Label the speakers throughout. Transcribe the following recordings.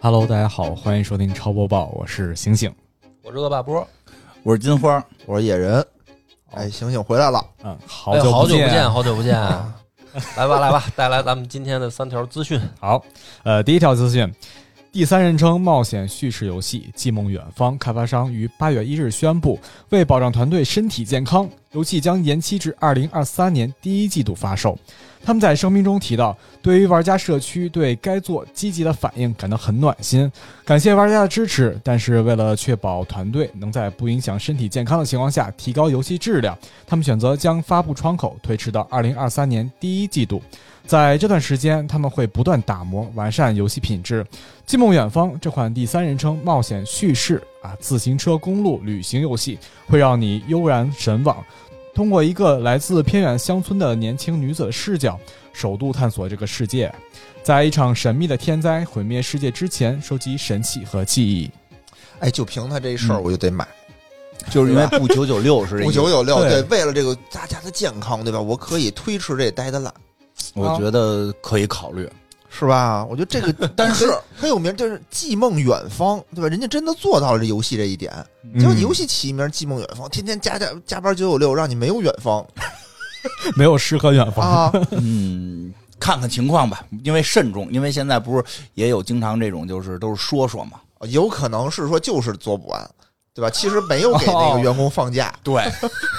Speaker 1: Hello，大家好，欢迎收听超播报，我是醒醒。
Speaker 2: 我是恶霸波，
Speaker 3: 我是金花，我是野人。哎，醒醒回来了！
Speaker 1: 嗯，好
Speaker 2: 哎呦，好
Speaker 1: 不
Speaker 2: 久不见，
Speaker 1: 见。
Speaker 2: 好久不见，啊 来吧来吧，带来咱们今天的三条资讯。
Speaker 1: 好，呃，第一条资讯：第三人称冒险叙事游戏《寄梦远方》开发商于八月一日宣布，为保障团队身体健康，游戏将延期至二零二三年第一季度发售。他们在声明中提到，对于玩家社区对该作积极的反应感到很暖心，感谢玩家的支持。但是，为了确保团队能在不影响身体健康的情况下提高游戏质量，他们选择将发布窗口推迟到二零二三年第一季度。在这段时间，他们会不断打磨、完善游戏品质。《寂梦远方》这款第三人称冒险叙事啊自行车公路旅行游戏，会让你悠然神往。通过一个来自偏远乡村的年轻女子的视角，首度探索这个世界。在一场神秘的天灾毁灭世界之前，收集神器和记忆。
Speaker 3: 哎，就凭他这一事儿，
Speaker 1: 嗯
Speaker 3: 我就得买。
Speaker 4: 就是因为不九九六是这意
Speaker 3: 五
Speaker 4: 思
Speaker 3: 九九六，
Speaker 1: 对
Speaker 3: 对，为了这个大家的健康，对吧？我可以推迟这 deadline，
Speaker 4: 我
Speaker 1: 嗯
Speaker 4: 觉得可以考 虑。
Speaker 3: 是吧？我觉得这 个，
Speaker 4: 但是
Speaker 3: 很很有名，就是《寄梦远方》，对吧？人家真的做到了这游戏这一点。结
Speaker 4: 嗯
Speaker 3: 果游戏起名《寄梦远方》，天天加加加班九九六，让你没有远方
Speaker 1: 没有诗和远方。
Speaker 3: 啊！
Speaker 4: 嗯，看看情况吧，因为慎重，因为现在不是也有经常这种，就是都是说说嘛。
Speaker 3: 啊有可能是说就是做不完，对吧？其实没有给那个员工放假，
Speaker 4: 对，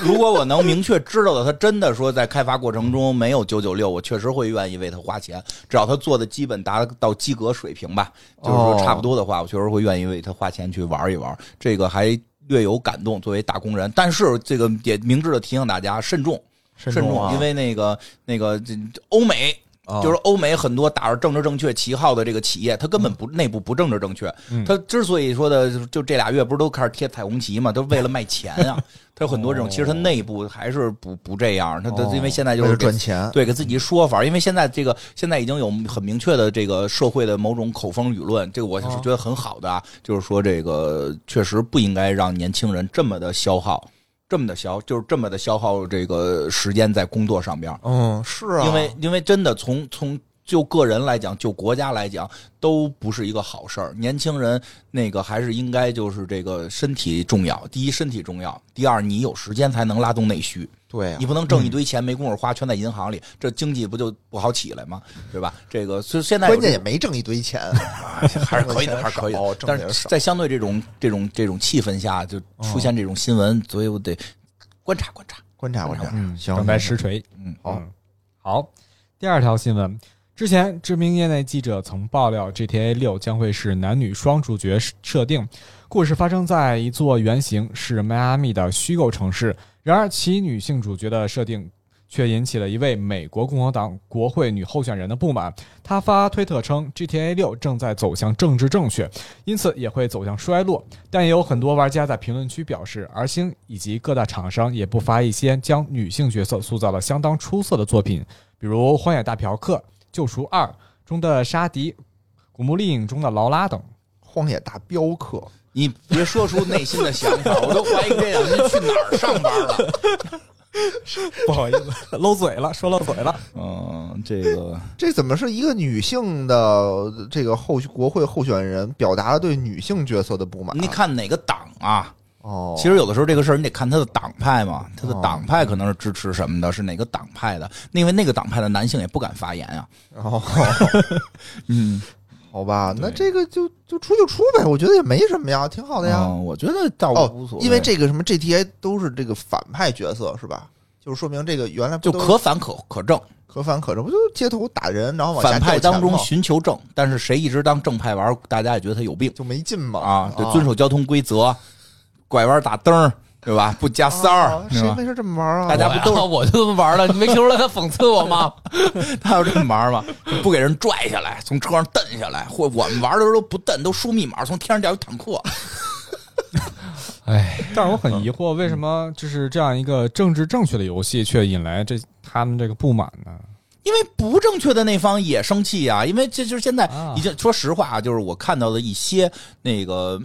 Speaker 4: 如果我能明确知道的，他真的说在开发过程中没有九九六，我确实会愿意为他花钱，只要他做的基本达到及格水平吧，
Speaker 1: 哦
Speaker 4: 就是说差不多的话，我确实会愿意为他花钱去玩一玩。这个还略有感动，作为打工人，但是这个也明智的提醒大家慎重，
Speaker 1: 慎
Speaker 4: 慎
Speaker 1: 重啊
Speaker 4: 因为那个那个这这欧美
Speaker 3: 哦
Speaker 4: 啊
Speaker 1: 哦
Speaker 4: 就是欧美很多打着政治正确旗号的这个企业，它根本不内部不政治正确
Speaker 1: 嗯。
Speaker 4: 它之所以说的，就这俩月不是都开始贴彩虹旗嘛，都为了卖钱 啊。它有很多这种，其实它内部还是不不这样。它它
Speaker 1: 哦
Speaker 4: 因为现 在就
Speaker 3: 哦为
Speaker 4: 是
Speaker 3: 了
Speaker 4: 给
Speaker 3: 赚钱。
Speaker 4: 对，给自己说法儿，因为现在这个现在已经有很明确的这个社会的某种口风舆论，这个我是
Speaker 3: 哦
Speaker 4: 觉得很好的啊，就是说这个确实不应该让年轻人这么的消耗，这么的消，就是这么的消耗这个时间在工作上边儿，
Speaker 3: 嗯，是啊，
Speaker 4: 因为因为真的从从。就个人来讲，就国家来讲，都不是一个好事儿。年轻人那个还是应该就是这个身体重要，第一身体重要，第二你有时间才能拉动内需。
Speaker 3: 对啊
Speaker 4: 你不能挣一堆钱没工夫花，全在银行里，这经济不就不好起来吗？对吧？这个所以现在有
Speaker 3: 关键也
Speaker 4: 这
Speaker 3: 没挣一堆钱，
Speaker 4: 还是可以的，还是可以
Speaker 3: 少
Speaker 4: 的。哦
Speaker 3: 挣
Speaker 4: 但
Speaker 3: 点
Speaker 4: 是
Speaker 3: 少
Speaker 4: 在相对这种这种这种气氛下，就出现这种新闻，所以我得观察观察。
Speaker 3: 观察观察，
Speaker 1: 嗯，
Speaker 3: 行，
Speaker 1: 等待实锤。
Speaker 4: 嗯，
Speaker 3: 好
Speaker 1: 嗯好。第二条新闻，之前知名业内记者曾爆料，GTA 六将会是男女双主角设定，故事发生在一座原型是迈阿密的虚构城市，然而其女性主角的设定。却引起了一位美国共和党国会女候选人的不满。她发推特称，GTA 六正在走向政治正确，因此也会走向衰落。但也有很多玩家在评论区表示，而星以及各大厂商也不乏一些将女性角色塑造的相当出色的作品，比如《荒野大嫖客》《救赎二》中的沙迪，《古墓丽影》中的劳拉等。
Speaker 3: 荒野大镖客，
Speaker 4: 你别说出内心的想法，我都怀疑这两天去哪儿上班了。
Speaker 1: 不好意思，漏嘴了，说漏嘴了。
Speaker 4: 嗯，这个
Speaker 3: 这怎么是一个女性的这个候国会候选人表达了对女性角色的不满？
Speaker 4: 你看哪个党啊？
Speaker 3: 哦，
Speaker 4: 其实有的时候这个事儿你得看他的党派嘛，他的
Speaker 3: 哦
Speaker 4: 党派可能是支持什么的，是哪个党派的？因为那个党派的男性也不敢发言啊。
Speaker 3: 哦，
Speaker 4: 嗯，
Speaker 3: 好吧，
Speaker 4: 对
Speaker 3: 那这个就就出就出呗，我觉得也没什么呀，挺好的呀。
Speaker 4: 嗯，我觉得倒
Speaker 3: 哦
Speaker 4: 无所谓，
Speaker 3: 因为这个什么 GTA 都是这个反派角色是吧？就是说明这个原来不
Speaker 4: 就
Speaker 3: 都
Speaker 4: 可反可可正，
Speaker 3: 可反可正，不就是街头打人，然后往下
Speaker 4: 反派
Speaker 3: 掉
Speaker 4: 当中
Speaker 3: 钱吗
Speaker 4: 寻求正，但是谁一直当正派玩，大家也觉得他有病
Speaker 3: 就没劲嘛
Speaker 4: 啊，对，遵守交通规则，拐弯打灯，对吧？不加塞儿
Speaker 3: 啊，
Speaker 4: 是
Speaker 3: 谁
Speaker 4: 吧？
Speaker 3: 没事这么玩啊？
Speaker 4: 大家不都
Speaker 2: 我
Speaker 4: 是
Speaker 2: 呀我就这么玩了，你没听出来他讽刺我吗？
Speaker 4: 他要这么玩吗？ 不给人拽下来，从车上蹬下来，或我们玩的时候都不蹬，都输密码，从天上掉一坦克。
Speaker 2: 哎，
Speaker 1: 但是我很疑惑，为什么就是这样一个政治正确的游戏，却引来这他们这个不满呢？
Speaker 4: 因为不正确的那方也生气啊，因为这就是现在
Speaker 1: 啊
Speaker 4: 已经、说实话啊，就是我看到的一些那个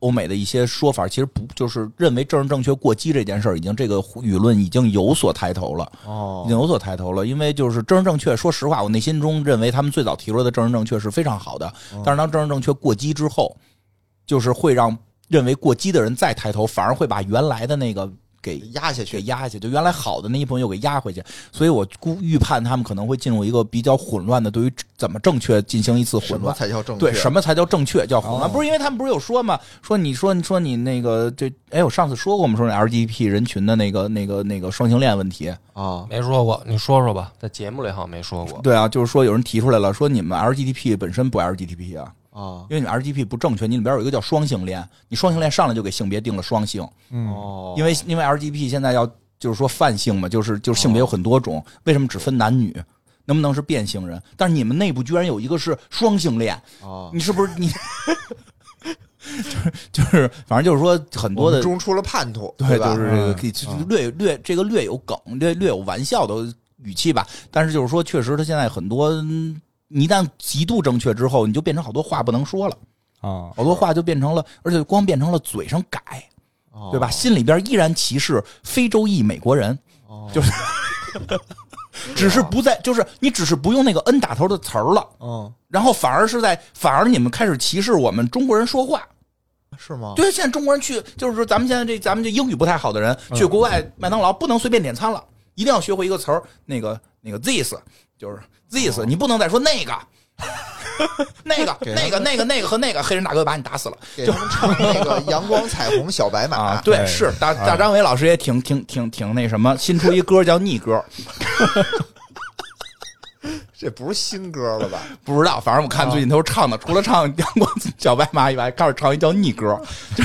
Speaker 4: 欧美的一些说法，其实不就是认为政治正确过激这件事儿，已经这个舆论已经有所抬头了，已
Speaker 3: 哦，
Speaker 4: 经有所抬头了。因为就是政治正确，说实话，我内心中认为他们最早提出来的政治正确是非常好的，
Speaker 3: 哦
Speaker 4: 但是当政治正确过激之后，就是会让认为过激的人再抬头，反而会把原来的那个给
Speaker 3: 压下
Speaker 4: 给
Speaker 3: 去，
Speaker 4: 压下去，就原来好的那一部分又给压回去，所以我估预判他们可能会进入一个比较混乱的，对于怎么正确进行一次
Speaker 3: 什
Speaker 4: 混
Speaker 3: 么
Speaker 4: 乱。
Speaker 3: 才叫正确？
Speaker 4: 对，什么才叫正确？叫混乱？
Speaker 1: 哦
Speaker 4: 不是因为他们不是有说嘛？说你说你说你那个这，哎，我上次说过我们说那 LGBT 人群的那个那个那个双性恋问题，
Speaker 3: 啊？
Speaker 2: 没说过，你说说吧，在节目里好像没说过。
Speaker 4: 对啊，就是说有人提出来了，说你们 LGBT 本身不 LGBT 啊，
Speaker 3: 啊
Speaker 4: 因为你们 LGBT 不正确，你里边有一个叫双性恋，你双性恋上来就给性别定了双性，
Speaker 1: 嗯，
Speaker 3: 哦，
Speaker 4: 因为因为 LGBT 现在要就是说泛性嘛，就是就是性别有很多种，为什么只分男女？能不能是变性人？但是你们内部居然有一个是双性恋，
Speaker 3: 啊，
Speaker 4: 你是不是你？ 就是就是，反正就是说很多
Speaker 3: 我
Speaker 4: 的
Speaker 3: 们，中出了叛徒，
Speaker 4: 对，
Speaker 3: 吧？
Speaker 4: 就是这个
Speaker 1: 嗯
Speaker 4: 可以就
Speaker 1: 嗯
Speaker 4: 略略这个略有梗，略略有玩笑的语气吧。但是就是说，确实他现在很多，嗯你一旦极度正确之后，你就变成好多话不能说了，
Speaker 1: 啊，
Speaker 4: 好多话就变成了，而且光变成了嘴上改，对吧？心里边依然歧视非洲裔美国人，
Speaker 3: 哦？
Speaker 4: 就是只是不在，就是你只是不用那个 N 打头的词儿了，
Speaker 3: 嗯，
Speaker 4: 然后反而是在，反而你们开始歧视我们中国人说话。
Speaker 3: 是吗？
Speaker 4: 对，现在中国人去，就是说咱们现在这咱们这英语不太好的人去国外麦当劳不能随便点餐了，一定要学会一个词儿，那个那个 this 就是 this，、你不能再说那个。那个、
Speaker 3: 给他
Speaker 4: 那个、那个、那个和那个黑人大哥把你打死了
Speaker 3: 给他们唱那个《阳光彩虹小白马》
Speaker 4: 啊！对，
Speaker 1: 哎
Speaker 4: 是大大张伟老师也挺挺挺挺那什么，新出一歌叫逆歌，
Speaker 3: 这不是新歌了吧？
Speaker 4: 不知道，反正我
Speaker 3: 啊
Speaker 4: 看最近都唱的，除了唱《阳光小白马》以外，开始唱一叫逆歌，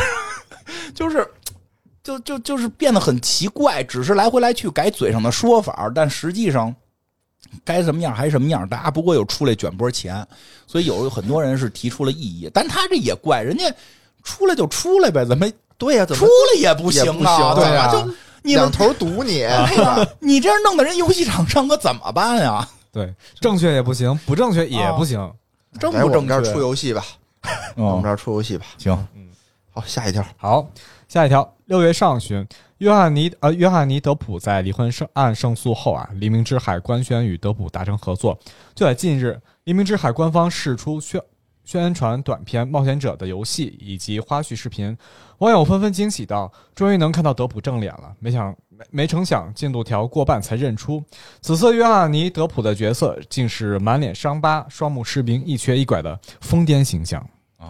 Speaker 4: 就是就是就就就是变得很奇怪，只是来回来去改嘴上的说法，但实际上该什么样还什么样，大家不过有出来卷波钱，所以有很多人是提出了异议，但他这也怪人家出来就出来呗，怎么
Speaker 3: 对呀、怎
Speaker 4: 出
Speaker 3: 么
Speaker 4: 来也不行
Speaker 3: 也不
Speaker 4: 啊？
Speaker 3: 行
Speaker 4: 对
Speaker 3: 啊
Speaker 4: 就你
Speaker 3: 两
Speaker 4: 们
Speaker 3: 头堵 你？
Speaker 2: 哎
Speaker 4: 对 吧？你这样弄得人游戏厂商可怎么办呀？
Speaker 1: 对，正确也不行，不正确也不行。
Speaker 4: 正
Speaker 3: 来
Speaker 4: 不
Speaker 3: 哎我
Speaker 4: 正
Speaker 3: 们这儿
Speaker 4: 确？
Speaker 3: 出游戏吧，我们
Speaker 4: 嗯
Speaker 3: 这，儿出游戏吧。
Speaker 4: 行。
Speaker 3: 好，下一条。
Speaker 1: 好，下一条，六月上旬，约翰尼呃，约翰尼德普在离婚胜案胜诉后啊，黎明之海官宣与德普达成合作。就在近日，黎明之海官方释出宣宣传短片《冒险者的游戏》以及花絮视频，网友纷纷惊喜道：“终于能看到德普正脸了！”没想没没成想，进度条过半才认出，此次约翰尼德普的角色竟是满脸伤疤、双目失明、一瘸一拐的疯癫形象。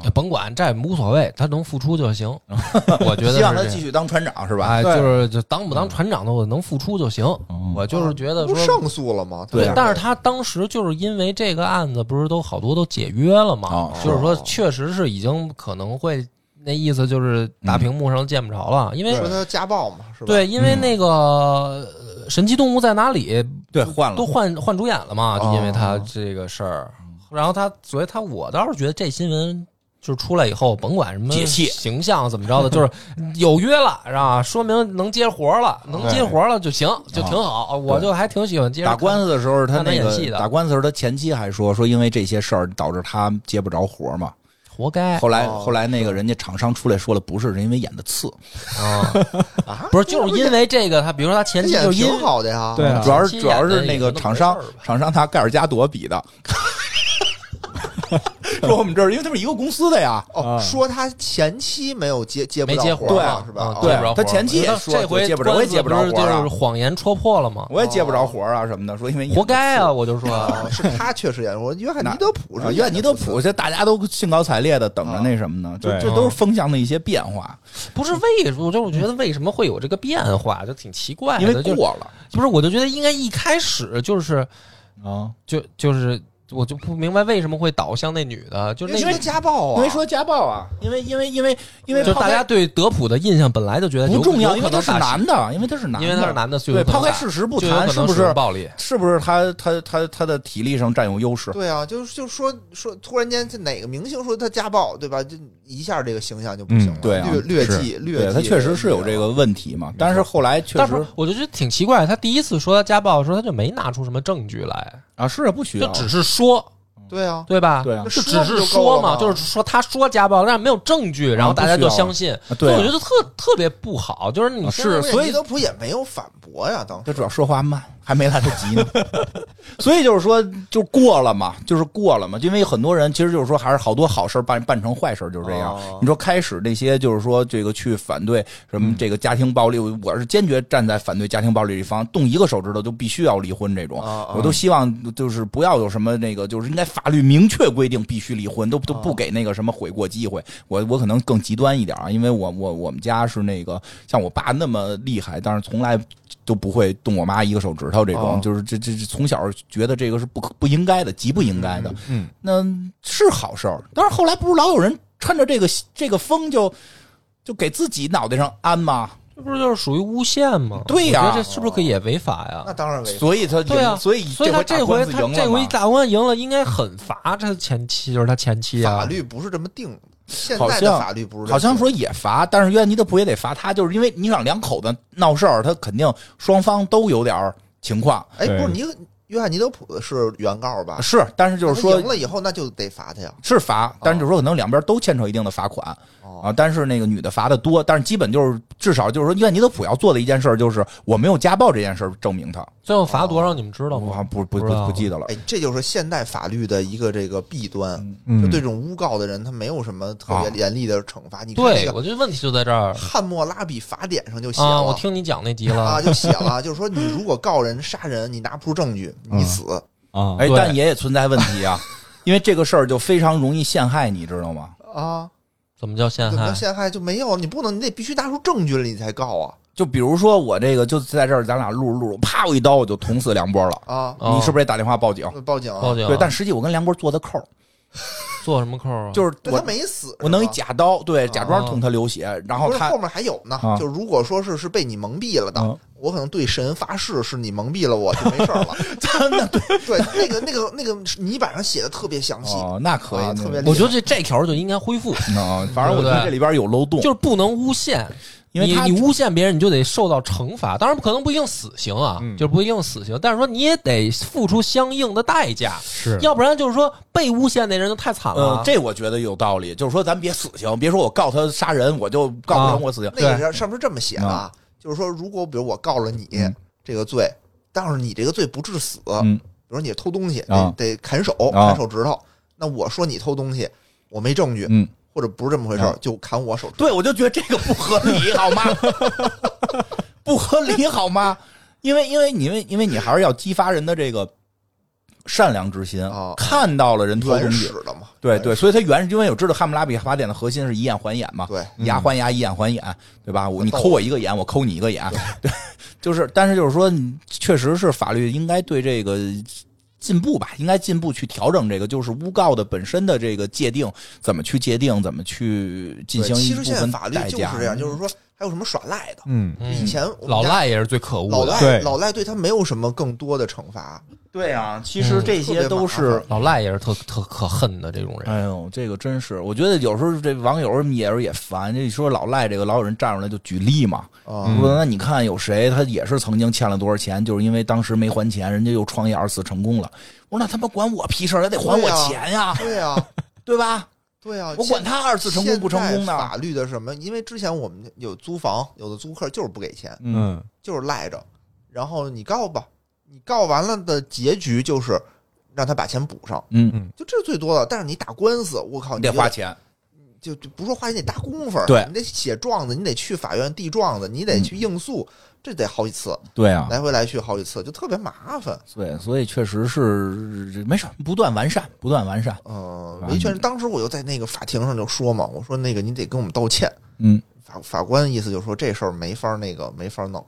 Speaker 2: 哎甭管这无所谓，他能付出就行。 我觉得是
Speaker 4: 希望他
Speaker 2: 这样
Speaker 4: 继续当船长是吧？
Speaker 2: 哎，就
Speaker 3: 对
Speaker 2: 是就当不当船长的，我能付出就行。
Speaker 4: 嗯
Speaker 2: 我就是觉得
Speaker 3: 不
Speaker 2: 说
Speaker 3: 是，上诉了吗？
Speaker 4: 对
Speaker 3: 他
Speaker 2: 但是他当时就是因为这个案子，不是都好多都解约了吗
Speaker 4: 哦？
Speaker 2: 就是说
Speaker 3: 是，
Speaker 2: 确实是已经可能会那意思就是大屏幕上见不着了，因为
Speaker 3: 说他家暴嘛，是吧？
Speaker 2: 对，因
Speaker 4: 嗯
Speaker 2: 为那个呃《神奇动物在哪里》
Speaker 4: 对，换了
Speaker 2: 都换换主演了嘛，就因为他
Speaker 3: 哦
Speaker 2: 这个事儿，然后他所以他我倒是觉得这新闻。就是出来以后，甭管什么
Speaker 4: 解气
Speaker 2: 形象怎么着的， 就是有约了，是吧？说明能接活了，能接活了就行，就挺好。我就还挺喜欢接着
Speaker 4: 哎哦打官
Speaker 2: 看
Speaker 4: 司的时候，他
Speaker 2: 看他
Speaker 4: 那
Speaker 2: 演
Speaker 4: 个
Speaker 2: 戏的
Speaker 4: 打官司的时候，他前妻还说说因为这些事儿导致他接不着活嘛。
Speaker 2: 活 该啊
Speaker 4: 后来
Speaker 3: 哦
Speaker 4: 后来那个人家厂商出来说了，不是是因为演的次，
Speaker 2: 啊！
Speaker 3: 啊，
Speaker 2: 不是，就是因为这个，他比如说他
Speaker 3: 他
Speaker 2: 前期
Speaker 3: 演
Speaker 2: 就
Speaker 3: 的
Speaker 2: 因
Speaker 3: 挺好的呀。
Speaker 1: 对啊
Speaker 4: 主要
Speaker 2: 前
Speaker 4: 是
Speaker 2: 妻
Speaker 4: 主要
Speaker 2: 演
Speaker 4: 是
Speaker 2: 得
Speaker 4: 那
Speaker 2: 也
Speaker 4: 个
Speaker 2: 就那么
Speaker 4: 厂商
Speaker 2: 回事儿吧
Speaker 4: 厂商拿盖尔加朵 比的，说我们这儿因为他们是一个公司的呀。
Speaker 1: 啊
Speaker 3: 哦，说他前期没有接接不
Speaker 2: 没
Speaker 3: 到
Speaker 2: 接
Speaker 3: 活
Speaker 2: 活
Speaker 3: 嘛
Speaker 2: 儿
Speaker 3: 是吧哦
Speaker 2: 嗯？
Speaker 4: 对
Speaker 2: 接不着活儿
Speaker 4: 啊他前期也
Speaker 2: 他
Speaker 4: 说
Speaker 2: 这回
Speaker 4: 我接不着我也接不着
Speaker 2: 官司
Speaker 4: 活儿啊
Speaker 2: 是就是谎言戳破了嘛，
Speaker 4: 我也接不着活儿啊什么的，说因为演得
Speaker 2: 活该啊！哦我就说，
Speaker 3: 哦是他确实演，我约翰尼德普
Speaker 4: 次！啊
Speaker 3: 是
Speaker 4: 约翰尼德普，这大家都兴高采烈的等
Speaker 2: 哦
Speaker 4: 着
Speaker 3: 啊
Speaker 4: 那什么呢？就
Speaker 1: 对
Speaker 4: 这都是风向的一些变化，
Speaker 2: 不是为，我就我觉得为什么会有这个变化，就挺奇怪的。
Speaker 4: 因为
Speaker 2: 哎就是
Speaker 4: 过了
Speaker 2: 不是，我就觉得应该一开始就是
Speaker 4: 啊，
Speaker 2: 就就是我就不明白为什么会导向那女的，就
Speaker 3: 因
Speaker 2: 是
Speaker 3: 为
Speaker 2: 那
Speaker 3: 说家暴啊，
Speaker 4: 因为说家暴啊，因为因为因为因为
Speaker 2: 就是
Speaker 4: 抛开
Speaker 2: 大家对德普的印象本来就觉得有
Speaker 4: 不重要，
Speaker 2: 有
Speaker 4: 因
Speaker 2: 可
Speaker 4: 为他
Speaker 2: 能
Speaker 4: 是
Speaker 2: 打
Speaker 4: 男的，因为他是男的，
Speaker 2: 因为他是男的，就有
Speaker 4: 对，
Speaker 2: 可能
Speaker 4: 抛开
Speaker 2: 打
Speaker 4: 事实不
Speaker 2: 就有可能
Speaker 4: 谈，是不
Speaker 2: 使用
Speaker 4: 是？
Speaker 2: 暴力？
Speaker 4: 是不是他他他他的体力上占有优势？
Speaker 3: 对啊，就是就说说，突然间这哪个明星说他家暴，对吧？就一下这个形象就不行了，
Speaker 1: 嗯
Speaker 4: 对啊
Speaker 3: 略略
Speaker 4: 是
Speaker 3: 记略
Speaker 4: 对
Speaker 3: 记，
Speaker 4: 他确实是有这个问题嘛，但是后来确
Speaker 2: 但是
Speaker 4: 实
Speaker 2: 我就觉得挺奇怪，他第一次说他家暴的时候，他就没拿出什么证据来，
Speaker 4: 啊，是啊，不需
Speaker 2: 就
Speaker 4: 要，
Speaker 2: 只是说，
Speaker 3: 对啊，
Speaker 2: 对吧？
Speaker 4: 对啊
Speaker 2: 就
Speaker 3: 说
Speaker 2: 只是
Speaker 3: 不就
Speaker 2: 说
Speaker 3: 够了
Speaker 2: 嘛，
Speaker 3: 吗
Speaker 2: 就是说他说家暴，但是没有证据，然后大家就相信，
Speaker 4: 啊
Speaker 2: 所以
Speaker 4: 对啊啊
Speaker 2: 我觉得特特别不好，就是你现在
Speaker 4: 嗯是所以
Speaker 3: 尼德普也没有反驳呀，当时
Speaker 4: 他主要说话慢，还没来得及 呢。所以就是说，就过了嘛，就是过了嘛。因为很多人其实就是说，还是好多好事儿办办成坏事，就是这样。
Speaker 3: 哦
Speaker 4: 你说开始那些就是说这个去反对什么这个家庭暴力，我是坚决站在反对家庭暴力一方，动一个手指头就必须要离婚这种。
Speaker 3: 哦哦
Speaker 4: 我都希望就是不要有什么那个，就是应该法律明确规定必须离婚，都都不给那个什么悔过机会。我我可能更极端一点啊，因为我我我们家是那个像我爸那么厉害，但是从来都不会动我妈一个手指头这种，
Speaker 3: 哦
Speaker 4: 就是这这这从小觉得这个是不可不应该的，极不应该的。
Speaker 1: 嗯，
Speaker 4: 那是好事儿，但是后来不是老有人趁着这个这个风就就给自己脑袋上安吗？
Speaker 2: 这不是就是属于诬陷吗？
Speaker 4: 对呀
Speaker 2: 我觉得这是不是可以也违法呀？
Speaker 3: 那当然违法。
Speaker 4: 啊所以他赢
Speaker 2: 对啊
Speaker 4: 所以
Speaker 2: 所以他
Speaker 4: 这
Speaker 2: 这回
Speaker 4: 打官司
Speaker 2: 他
Speaker 4: 赢了
Speaker 2: 这回
Speaker 4: 嘛
Speaker 2: 打官司赢了，应该很罚他前妻，就是他前妻啊。
Speaker 3: 法律不是这么定的，现
Speaker 4: 好
Speaker 3: 在的
Speaker 4: 像
Speaker 3: 法律不是这么定
Speaker 4: 好像说也罚，但是约翰尼德普也得罚他，就是因为你想两口子闹事儿，他肯定双方都有点儿情况。
Speaker 3: 哎，不
Speaker 1: 对
Speaker 3: 是你约翰尼德普是原告吧？
Speaker 4: 啊是，但是就是
Speaker 3: 啊那他
Speaker 4: 说
Speaker 3: 赢了以后，那就得罚他呀。
Speaker 4: 是罚，但是就是说可能两边都牵扯一定的罚款
Speaker 3: 哦
Speaker 4: 啊。但是那个女的罚的多，但是基本就是至少就是说约翰尼德普要做的一件事儿就是我没有家暴这件事儿证明他，
Speaker 2: 最后罚多少你们知道
Speaker 4: 我好
Speaker 2: 吗？
Speaker 4: 像不
Speaker 2: 不
Speaker 4: 不
Speaker 2: 知道
Speaker 4: 不不记得了。
Speaker 3: 哎，这就是现代法律的一个这个弊端，
Speaker 1: 嗯
Speaker 3: 就对这种诬告的人，他没有什么特
Speaker 4: 啊
Speaker 3: 别严厉的惩罚。你看那
Speaker 2: 对，
Speaker 3: 个
Speaker 2: 我觉得问题就在这儿
Speaker 3: 汉谟拉比法典上就写
Speaker 2: 啊！我
Speaker 3: 了。
Speaker 2: 听你讲那集
Speaker 3: 啊，
Speaker 2: 了，
Speaker 3: 就写了，就是说你如果告人杀人，你拿不出证据，你
Speaker 4: 嗯
Speaker 3: 死。
Speaker 1: 啊，
Speaker 4: 哎，
Speaker 2: 对
Speaker 4: 但也也存在问题啊，因为这个事儿就非常容易陷害，你知道吗？嗯
Speaker 3: 啊，
Speaker 2: 怎么叫陷
Speaker 3: 怎么
Speaker 2: 害
Speaker 3: 叫？陷害就没有？你不能，你得必须拿出证据了，你才告啊
Speaker 4: 就比如说我这个就在这儿，咱俩录着录着，啪，我一刀我就捅死梁波了。
Speaker 3: 啊！
Speaker 2: 哦
Speaker 4: 你是不是得打电话嗯报警？
Speaker 3: 报警啊，
Speaker 2: 报警啊？
Speaker 4: 对，但实际我跟梁波做的扣儿，
Speaker 2: 做什么扣啊？
Speaker 4: 就是
Speaker 3: 但
Speaker 4: 我
Speaker 3: 他没死，
Speaker 4: 我弄一
Speaker 3: 是吧
Speaker 4: 假刀，对，假装
Speaker 2: 哦
Speaker 4: 捅他流血，然后
Speaker 3: 不是
Speaker 4: 他
Speaker 3: 后面还有呢
Speaker 4: 啊，
Speaker 3: 就如果说是是被你蒙蔽了
Speaker 4: 啊
Speaker 3: 的，我可能对神发誓是你蒙蔽了我，就没事儿 了。
Speaker 4: 真的对，
Speaker 3: 对，那个那个那个泥板上写的特别详细，
Speaker 4: 哦，那可以
Speaker 3: 啊，特别
Speaker 4: 那
Speaker 2: 我觉得这这条就应该恢复，
Speaker 4: 哦反正我觉
Speaker 2: 对
Speaker 4: 得
Speaker 2: 不对
Speaker 4: 这里边有漏洞，
Speaker 2: 就是不能诬陷。
Speaker 4: 因为
Speaker 2: 你
Speaker 4: 他
Speaker 2: 你诬陷别人，你就得受到惩罚。当然，可能不一定死刑啊，
Speaker 1: 嗯
Speaker 2: 就是不一定死刑，但是说你也得付出相应的代价，
Speaker 1: 是
Speaker 2: 要不然就是说被诬陷那人就太惨了。啊
Speaker 4: 嗯，这我觉得有道理，就是说咱别死刑，别说我告他杀人，我就告不
Speaker 2: 啊
Speaker 4: 成我死刑。
Speaker 3: 那个上上面这么写的啊，就是说，如果比如我告了你
Speaker 4: 嗯
Speaker 3: 这个罪，但是你这个罪不致死，
Speaker 4: 嗯
Speaker 3: 比如你偷东西
Speaker 4: 啊
Speaker 3: 得得砍手，
Speaker 4: 啊
Speaker 3: 砍手指头，那我说你偷东西，我没证据，
Speaker 4: 嗯，
Speaker 3: 或者不是这么回事儿
Speaker 4: 啊，
Speaker 3: 就砍我手指头。
Speaker 4: 对，我就觉得这个不合理，好吗？不合理，好吗？因为因为因为因为你还是要激发人的这个善良之心
Speaker 3: 哦
Speaker 4: 看到了人偷东
Speaker 3: 原
Speaker 4: 西
Speaker 3: 始，的嘛，哎
Speaker 4: 对对，所以他原因为我知道《汉谟拉比法典》的核心是以眼还眼嘛，
Speaker 3: 对
Speaker 4: 以
Speaker 3: 嗯
Speaker 4: 牙还牙，以眼还眼，对吧？我你
Speaker 3: 逗
Speaker 4: 抠我一个眼，我抠你一个眼， 对，就是，但是就是说，你确实是法律应该对这个进步吧，应该进步去调整这个，就是诬告的本身的这个界定，怎么去界定，怎么去进
Speaker 3: 对
Speaker 4: 行一
Speaker 3: 其
Speaker 4: 部
Speaker 3: 实现在
Speaker 4: 分
Speaker 3: 法律
Speaker 4: 代
Speaker 3: 就
Speaker 4: 价，嗯
Speaker 3: 是这样，就是说还有什么耍赖的，
Speaker 1: 嗯
Speaker 2: 嗯
Speaker 3: 以前我们
Speaker 2: 老
Speaker 3: 家
Speaker 2: 赖也是最可恶的。
Speaker 3: 老
Speaker 1: 对
Speaker 3: 赖老赖对他没有什么更多的惩罚，
Speaker 4: 对啊，其实
Speaker 2: 嗯
Speaker 4: 这些都
Speaker 3: 特别麻
Speaker 4: 是
Speaker 3: 烦。
Speaker 2: 老赖也是特特可恨的这种人。
Speaker 4: 哎呦，这个真是，我觉得有时候这网友也是也烦，这一说老赖这个，老有人站出来就举例嘛，
Speaker 3: 啊
Speaker 1: 嗯
Speaker 4: 我说那你看有谁他也是曾经欠了多少钱，就是因为当时没还钱，人家又创业二次成功了。我说那他妈管我屁事儿，也得还我钱呀，
Speaker 3: 对啊，
Speaker 4: 对吧？
Speaker 3: 对啊，
Speaker 4: 我管他二次成功不成功
Speaker 3: 现在
Speaker 4: 呢。
Speaker 3: 法律的什么？因为之前我们有租房，有的租客就是不给钱，
Speaker 1: 嗯
Speaker 3: 就是赖着，然后你告吧，你告完了的结局就是让他把钱补上，
Speaker 4: 嗯，
Speaker 3: 就这是最多的。但是你打官司，我靠，
Speaker 4: 你
Speaker 3: 你
Speaker 4: 得
Speaker 3: 就
Speaker 4: 花，钱。
Speaker 3: 就就不说花钱，你得打工分儿，
Speaker 4: 对
Speaker 3: 你得写状子，你得去法院递状子，你得去应诉，这得好几次，
Speaker 4: 对啊，
Speaker 3: 来回来去好几次，就特别麻烦。
Speaker 4: 对，所以确实是没事儿，不断完善，不断完善。
Speaker 3: 嗯，维权当时我就在那个法庭上就说嘛，我说那个你得跟我们道歉。
Speaker 4: 嗯，
Speaker 3: 法法官意思就是说这事儿没法儿那个没法儿弄，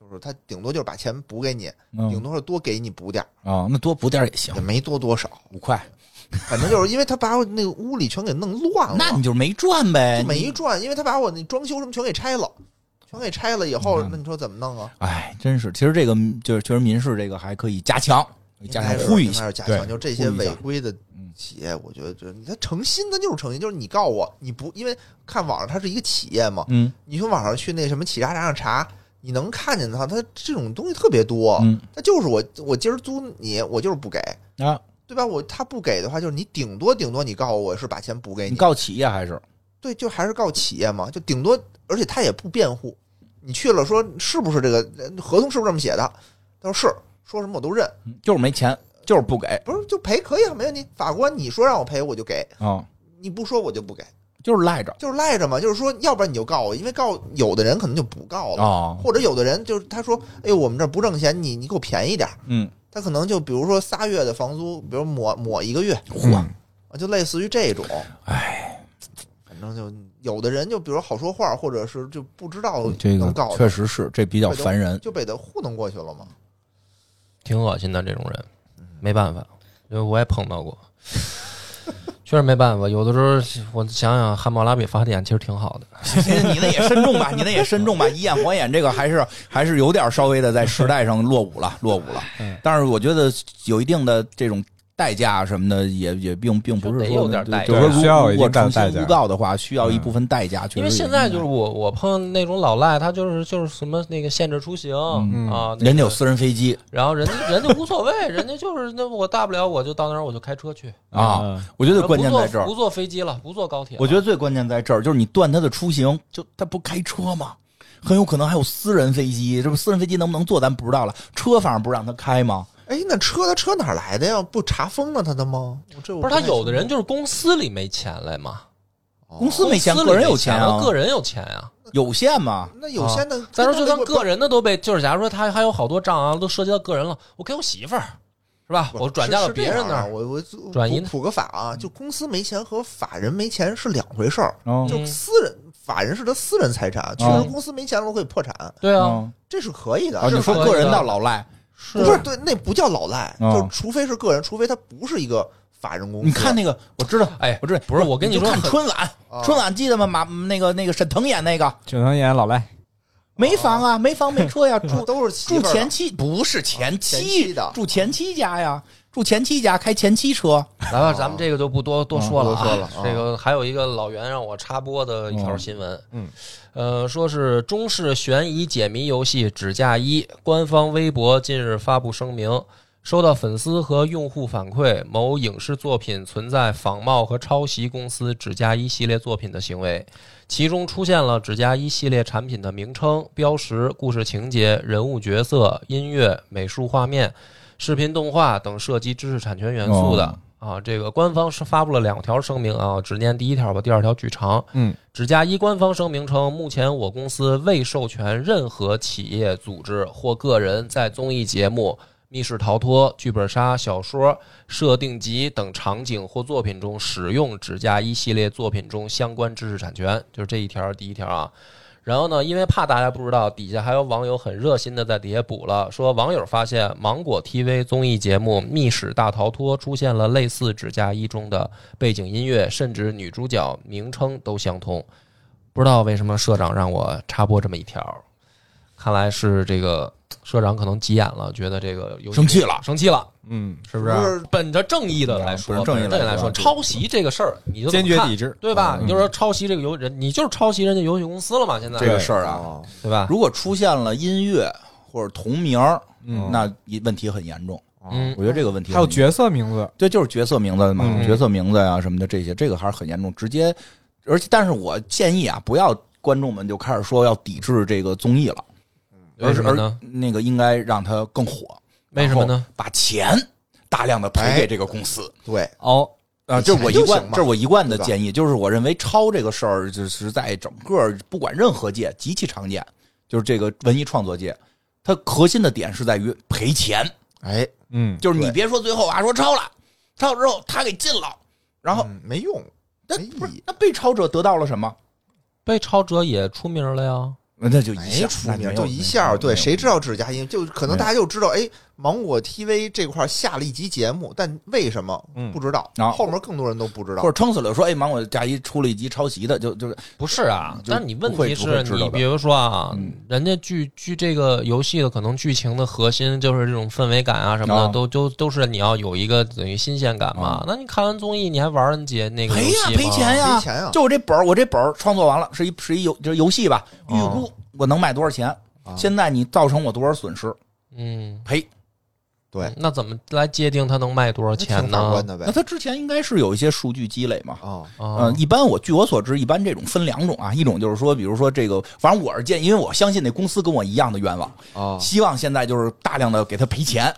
Speaker 3: 就是他顶多就是把钱补给你，顶
Speaker 4: 嗯
Speaker 3: 多是多给你补点儿，
Speaker 4: 啊，那多补点儿也行
Speaker 3: 也，没多多少，
Speaker 4: 五块，
Speaker 3: 反正就是因为他把我那个屋里全给弄乱了，
Speaker 4: 那你就没赚呗。
Speaker 3: 就没赚，因为他把我那装修什么全给拆了，全给拆了以后，
Speaker 4: 嗯
Speaker 3: 那你说怎么弄啊？
Speaker 4: 哎，真是，其实这个就是确实民事这个还可以加强，加强
Speaker 3: 应该是
Speaker 4: 呼吁一
Speaker 3: 应
Speaker 4: 下。
Speaker 3: 该是加强，
Speaker 1: 对
Speaker 3: 就这些
Speaker 4: 呼吁一
Speaker 3: 违
Speaker 4: 下
Speaker 3: 规的
Speaker 4: 嗯
Speaker 3: 企业，我觉得就是他诚心，他就是诚心，就是你告我，你不因为看网上它是一个企业嘛，
Speaker 4: 嗯
Speaker 3: 你从网上去那什么企查查上查，你能看见它，它这种东西特别多。
Speaker 4: 嗯
Speaker 3: 它就是我我今儿租你，我就是不给，
Speaker 4: 啊，
Speaker 3: 对吧？我他不给的话，就是你顶多顶多你告我是把钱补给
Speaker 4: 你告企业还是
Speaker 3: 对，就还是告企业嘛，就顶多，而且他也不辩护。你去了说是不是这个呃合同是不是这么写的？他说是，说什么我都认，
Speaker 4: 就是没钱，就是不给
Speaker 3: 不是就赔可以啊，没问题。法官你说让我赔我就给，
Speaker 4: 啊，
Speaker 3: 你不说我就不给，
Speaker 4: 就是赖着
Speaker 3: 就是赖着嘛。就是说，要不然你就告我，因为告有的人可能就不告了，
Speaker 4: 啊，
Speaker 3: 或者有的人就是他说，哎呦我们这儿不挣钱，你你给我便宜点儿，
Speaker 4: 嗯，
Speaker 3: 他可能就比如说仨月的房租，比如抹抹一个月，
Speaker 1: 嚯，
Speaker 3: 啊，就类似于这种。哎，反正就有的人就比如好说话，或者是就不知道
Speaker 4: 这
Speaker 3: 能
Speaker 4: 个
Speaker 3: 告的，
Speaker 4: 确实是这比较烦 人，
Speaker 3: 就被他糊弄过去了嘛。
Speaker 2: 挺恶心的这种人，没办法，因为我也碰到过，确实没办法。有的时候我想想，汉谟拉比法典其实挺好的，
Speaker 4: 你那也慎重 吧，你那也慎重吧。以眼还眼，这个还是还是有点稍微的在时代上落伍了，落伍了
Speaker 1: 嗯。
Speaker 4: 但是我觉得有一定的这种代价什么的，也也并并不是
Speaker 2: 得
Speaker 4: 说
Speaker 2: 有点代价
Speaker 4: 就是说如
Speaker 1: 需要有
Speaker 4: 果
Speaker 1: 一定
Speaker 4: 如果
Speaker 1: 的
Speaker 4: 重
Speaker 1: 代
Speaker 4: 新
Speaker 1: 价
Speaker 4: 诬告的话，需要一部分代价。确实
Speaker 2: 因为
Speaker 4: 有
Speaker 2: 现在
Speaker 4: 一定
Speaker 2: 就
Speaker 4: 的
Speaker 2: 是我我碰那种老赖，他就是就是什么那个限制出行
Speaker 1: 嗯
Speaker 2: 啊，那
Speaker 4: 人家有
Speaker 2: 个
Speaker 4: 私人飞机，
Speaker 2: 然后人家人 家无所谓，人家就是那我大不了我就到那儿我就开车去，
Speaker 1: 嗯
Speaker 4: 啊，我觉得关键在这儿
Speaker 2: 不坐不。坐飞机了，不坐高铁了。
Speaker 4: 我觉得最关键在这儿，就是你断他的出行，就他不开车吗？很有可能还有私人飞机，这不私人飞机能不能坐咱不知道了，车反正不让他开吗？
Speaker 3: 哎，那车他车哪儿来的呀？不查封了他的吗？我这我
Speaker 2: 不是他有的人
Speaker 3: 就
Speaker 2: 就是公司里没钱来嘛，
Speaker 4: 公司没钱，
Speaker 2: 公司
Speaker 4: 个
Speaker 2: 里
Speaker 4: 人
Speaker 2: 哦
Speaker 4: 有
Speaker 2: 没钱
Speaker 4: 啊，
Speaker 2: 个人有钱啊。
Speaker 4: 有限嘛。
Speaker 3: 那有些那
Speaker 2: 再说就算
Speaker 3: 那
Speaker 2: 个人的都被，就是假如说他还有好多账啊，都涉及到个人了，我给我媳妇儿是吧？
Speaker 3: 不是
Speaker 2: 我转嫁到
Speaker 3: 是这
Speaker 2: 别人
Speaker 3: 样
Speaker 2: 那
Speaker 3: 啊
Speaker 2: 儿，
Speaker 3: 我我
Speaker 2: 转移嗯
Speaker 3: 普普个法啊，就公司没钱和法人没钱是两回事儿。
Speaker 4: 嗯
Speaker 3: 就
Speaker 2: 嗯
Speaker 3: 私人法人是他私人财产，确实公司没钱了我可以破产，
Speaker 2: 对啊，
Speaker 4: 嗯
Speaker 3: 这是可以的。
Speaker 4: 啊，你
Speaker 3: 这是
Speaker 4: 说
Speaker 3: 法
Speaker 4: 个人到老赖，
Speaker 2: 是
Speaker 3: 不是对，那不叫老赖，
Speaker 4: 嗯
Speaker 3: 就除非是个人，除非他不是一个法人公司。
Speaker 4: 你看那个，我知道，
Speaker 2: 哎，
Speaker 4: 我知道，
Speaker 2: 不是我跟
Speaker 4: 你
Speaker 2: 你说
Speaker 4: 就看
Speaker 2: 很
Speaker 4: 春晚，
Speaker 3: 啊
Speaker 4: 春晚记得吗？马那个那个沈腾演那个
Speaker 1: 九能演老赖，
Speaker 4: 没房啊，没房没车呀，
Speaker 3: 住
Speaker 4: 住
Speaker 3: 都是哦媳
Speaker 4: 住
Speaker 3: 妇儿
Speaker 4: 前
Speaker 3: 的
Speaker 4: 妻不是前
Speaker 3: 前
Speaker 4: 妻
Speaker 3: 妻的
Speaker 4: 住前妻家呀，住前妻家开前妻车，
Speaker 2: 来吧，咱们这个就不多多说了
Speaker 3: 不多说了
Speaker 2: 啊。这个还有一个老袁让我插播的一条新闻，
Speaker 1: 嗯，
Speaker 2: 呃，说是中式悬疑解谜游戏《指甲一》官方微博近日发布声明，收到粉丝和用户反馈，某影视作品存在仿冒和抄袭公司《指甲一》系列作品的行为，其中出现了《指甲一》系列产品的名称、标识、故事情节、人物角色、音乐、美术画面。视频动画等涉及知识产权元素的、啊，这个官方是发布了两条声明啊，只念第一条吧，第二条巨长。
Speaker 1: 嗯，
Speaker 2: 指甲一官方声明称，目前我公司未授权任何企业、组织或个人在综艺节目、密室逃脱、剧本杀、小说、设定集等场景或作品中使用指甲一系列作品中相关知识产权，就是这一条第一条啊。然后呢，因为怕大家不知道，底下还有网友很热心的在底下补了，说网友发现芒果 TV 综艺节目《密室大逃脱》出现了类似《指甲一》中的背景音乐，甚至女主角名称都相通。不知道为什么社长让我插播这么一条，看来是这个社长可能急眼了，觉得这个有
Speaker 4: 生气了
Speaker 2: 生气了，
Speaker 1: 嗯，
Speaker 2: 是不是？
Speaker 3: 不
Speaker 4: 啊
Speaker 3: 是
Speaker 2: 本着正义的来说，
Speaker 4: 本着正义
Speaker 2: 本着来
Speaker 4: 来说
Speaker 2: 说，抄袭这个事儿，你就
Speaker 1: 坚
Speaker 2: 怎么
Speaker 1: 决
Speaker 2: 看
Speaker 1: 抵制，
Speaker 2: 对吧？
Speaker 1: 嗯
Speaker 2: 你就说抄袭这个游人，你就是抄袭人家游戏公司了嘛？现在
Speaker 4: 这个事儿啊，
Speaker 3: 哦
Speaker 2: 对吧？
Speaker 4: 如果出现了音乐或者同名儿，
Speaker 1: 嗯
Speaker 4: 那一问题很严重。
Speaker 2: 嗯
Speaker 4: 我觉得这个问题
Speaker 1: 还有
Speaker 4: 很严重
Speaker 1: 角色名字，
Speaker 4: 对，就是角色名字嘛，
Speaker 1: 嗯
Speaker 4: 角色名字啊什么的这些，这个还是很严重。直接，而且但是我建议啊，不要观众们就开始说要抵制这个综艺了，
Speaker 2: 为
Speaker 4: 而
Speaker 2: 什
Speaker 4: 是
Speaker 2: 么
Speaker 4: 而
Speaker 2: 呢？
Speaker 4: 那个应该让它更火。
Speaker 2: 为什么呢？？
Speaker 4: 把钱大量的赔给这个公司。
Speaker 3: 对，
Speaker 4: 哦。啊，
Speaker 3: 以
Speaker 4: 这是我
Speaker 3: 前
Speaker 4: 一
Speaker 3: 就
Speaker 4: 贯
Speaker 3: 行，嘛
Speaker 4: 这是我一贯的
Speaker 3: 对吧
Speaker 4: 建议，就是我认为抄这个事儿，就是在整个不管任何界极其常见，就是这个文艺创作界，它核心的点是在于赔钱，
Speaker 3: 哎，
Speaker 1: 嗯，
Speaker 4: 就是你
Speaker 3: 对
Speaker 4: 别说最后啊说抄了，抄了之后他给禁了，然后
Speaker 3: 嗯没用，
Speaker 4: 那
Speaker 3: 没意
Speaker 4: 不是
Speaker 3: 义，
Speaker 4: 那被抄者得到了什么？
Speaker 2: 被抄者也出名了呀。
Speaker 4: 那就一
Speaker 3: 没
Speaker 4: 下
Speaker 3: 出
Speaker 4: 哎那没
Speaker 3: 名，
Speaker 4: 有
Speaker 3: 就一下
Speaker 4: 没有
Speaker 3: 对，谁知
Speaker 4: 道？
Speaker 3: 道指甲音？就可能
Speaker 4: 没有
Speaker 3: 大家就知道，哎，芒果 TV 这块下了一集节目，但为什么
Speaker 1: 嗯
Speaker 3: 不知道
Speaker 4: 啊？
Speaker 3: 后面更多人都不知
Speaker 4: 或
Speaker 3: 道
Speaker 4: 者。撑死了说，哎，芒果加一出了一集抄袭的，就就是
Speaker 2: 不是啊，
Speaker 4: 嗯就
Speaker 2: 但是你问
Speaker 4: 不会
Speaker 2: 题
Speaker 4: 不会
Speaker 2: 是
Speaker 4: 知道
Speaker 2: 你
Speaker 4: 的
Speaker 2: 比如说啊
Speaker 4: 嗯，
Speaker 2: 人家剧剧这个游戏的可能剧情的核心就是这种氛围感啊什么
Speaker 4: 啊
Speaker 2: 的，都都都是你要有一个等于新鲜感嘛
Speaker 4: 啊。
Speaker 2: 那你看完综艺，你还玩儿你姐那个游
Speaker 4: 赔呀
Speaker 2: 戏
Speaker 4: 赔
Speaker 2: 吗
Speaker 4: 钱哎呀
Speaker 3: 赔钱啊
Speaker 4: 就我这本儿，我这本儿创作完了，是一是一游就是游戏吧，预
Speaker 3: 哦
Speaker 2: 啊
Speaker 4: 估我能卖多少钱？
Speaker 3: 啊
Speaker 4: 现在你造成我多少损失？
Speaker 2: 嗯，
Speaker 4: 赔
Speaker 3: 对，
Speaker 2: 那怎么来界定它能卖多少钱
Speaker 3: 挺法
Speaker 2: 呢
Speaker 3: 官？的呗
Speaker 4: 那。他之前应该是有一些数据积累嘛？
Speaker 3: 啊，
Speaker 2: 啊
Speaker 4: 嗯，，一般我据我所知，一般这种分两种啊，一种就是说，比如说这个，反正我是建议，因为我相信那公司跟我一样的愿望，
Speaker 3: 哦
Speaker 4: 希望现在就是大量的给他赔钱，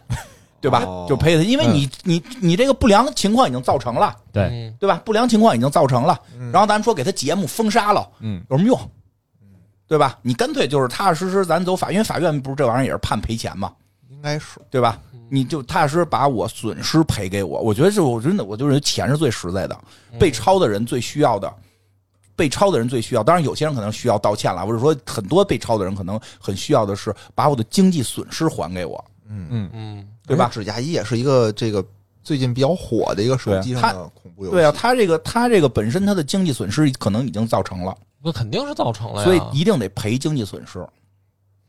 Speaker 4: 对吧？
Speaker 3: 哦
Speaker 4: 就赔他，因为你、你你这个不良情况已经造成了，
Speaker 1: 对，
Speaker 2: 嗯，
Speaker 4: 对吧？不良情况已经造成了，
Speaker 3: 嗯
Speaker 4: 然后咱们说给他节目封杀了，
Speaker 1: 嗯，
Speaker 4: 有什么用？对吧？你干脆就是踏踏实实，咱走法院，法院不是这玩意儿也是判赔钱吗？
Speaker 3: 应该是
Speaker 4: 对吧？你就踏踏实实把我损失赔给我。我觉得这，我真的，我就觉得钱是最实在的。被抄的人最需要的，被抄的人最需要。当然，有些人可能需要道歉了，或者说很多被抄的人可能很需要的是把我的经济损失还给我，
Speaker 2: 嗯，
Speaker 4: 对吧
Speaker 3: 而且指甲衣也是一个这个最近比较火的一个手机上
Speaker 4: 对
Speaker 3: 的恐怖游戏。
Speaker 4: 对啊，他这个他这个本身他的经济损失可能已经造成了，
Speaker 2: 那肯定是造成了呀。
Speaker 4: 所以一定得赔经济损失。